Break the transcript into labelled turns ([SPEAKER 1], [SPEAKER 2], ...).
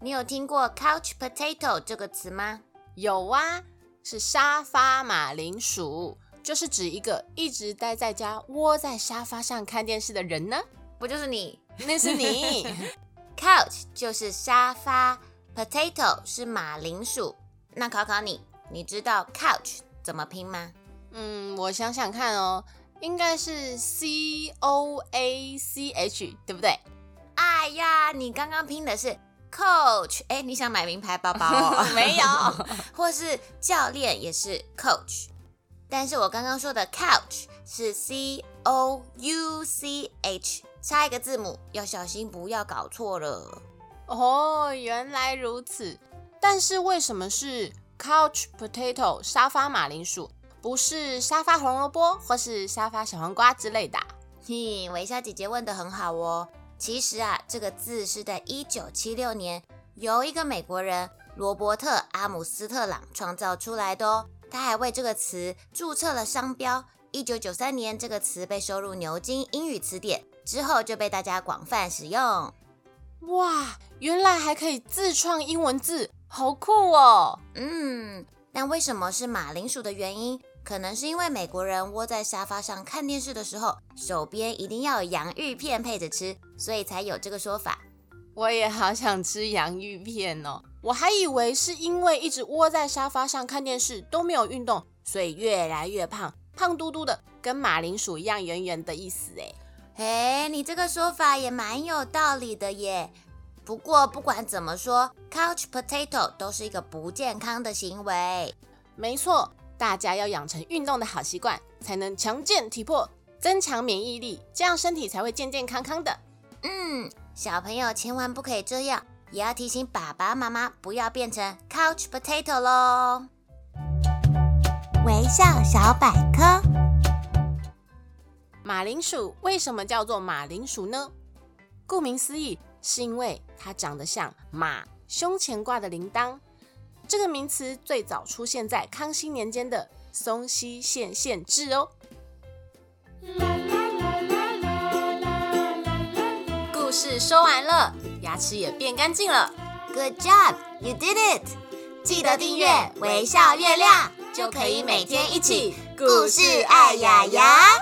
[SPEAKER 1] 你有听过 couch potato 这个词吗？
[SPEAKER 2] 有啊，是沙发马铃薯，就是指一个一直待在家窝在沙发上看电视的人呢。
[SPEAKER 1] 不就是你
[SPEAKER 2] 那是你。
[SPEAKER 1] ？couch 就是沙发，potato 是马铃薯。那考考你，你知道 couch 怎么拼吗？
[SPEAKER 2] 嗯，我想想看哦，应该是 C O A C H，对不对？？
[SPEAKER 1] 哎呀，你刚刚拼的是 coach，哎，你想买名牌包包、哦
[SPEAKER 2] 没有
[SPEAKER 1] 或是教练也是 coach，但是我刚刚说的 couch 是 c o u c h，差一个字母，要小心不要搞错了。
[SPEAKER 2] 哦，原来如此。但是为什么是 couch potato 沙发马铃薯，不是沙发红萝卜或是沙发小黄瓜之类的啊、
[SPEAKER 1] 嘿，微笑姐姐问的很好哦。其实啊，这个字是在一九七六年由一个美国人罗伯特·阿姆斯特朗创造出来的哦。他还为这个词注册了商标。一九九三年，这个词被收入牛津英语词典，之后就被大家广泛使用。
[SPEAKER 2] 哇，原来还可以自创英文字，好酷哦！
[SPEAKER 1] 嗯，那为什么是马铃薯的原因？可能是因为美国人窝在沙发上看电视的时候，手边一定要有洋芋片配着吃，所以才有这个说法。
[SPEAKER 2] 我也好想吃洋芋片哦。我还以为是因为一直窝在沙发上看电视都没有运动，所以越来越胖，胖嘟嘟的，跟马铃薯一样圆圆的意思哎。
[SPEAKER 1] 哎，你这个说法也蛮有道理的耶。不过不管怎么说，couch potato 都是一个不健康的行为。
[SPEAKER 2] 没错，大家要养成运动的好习惯，才能强健体魄，增强免疫力，这样身体才会健健康康的。
[SPEAKER 1] 嗯，小朋友千万不可以这样，也要提醒爸爸妈妈不要变成 couch potato 喽。微笑小百科，
[SPEAKER 2] 马铃薯为什么叫做马铃薯呢？顾名思义，是因为它长得像马胸前挂的铃铛。这个名词最早出现在康熙年间的松溪县县志哦。故事说完了，牙齿也变干净了。
[SPEAKER 1] Good job, you did it！记得订阅微笑月亮，就可以每天一起故事爱雅雅。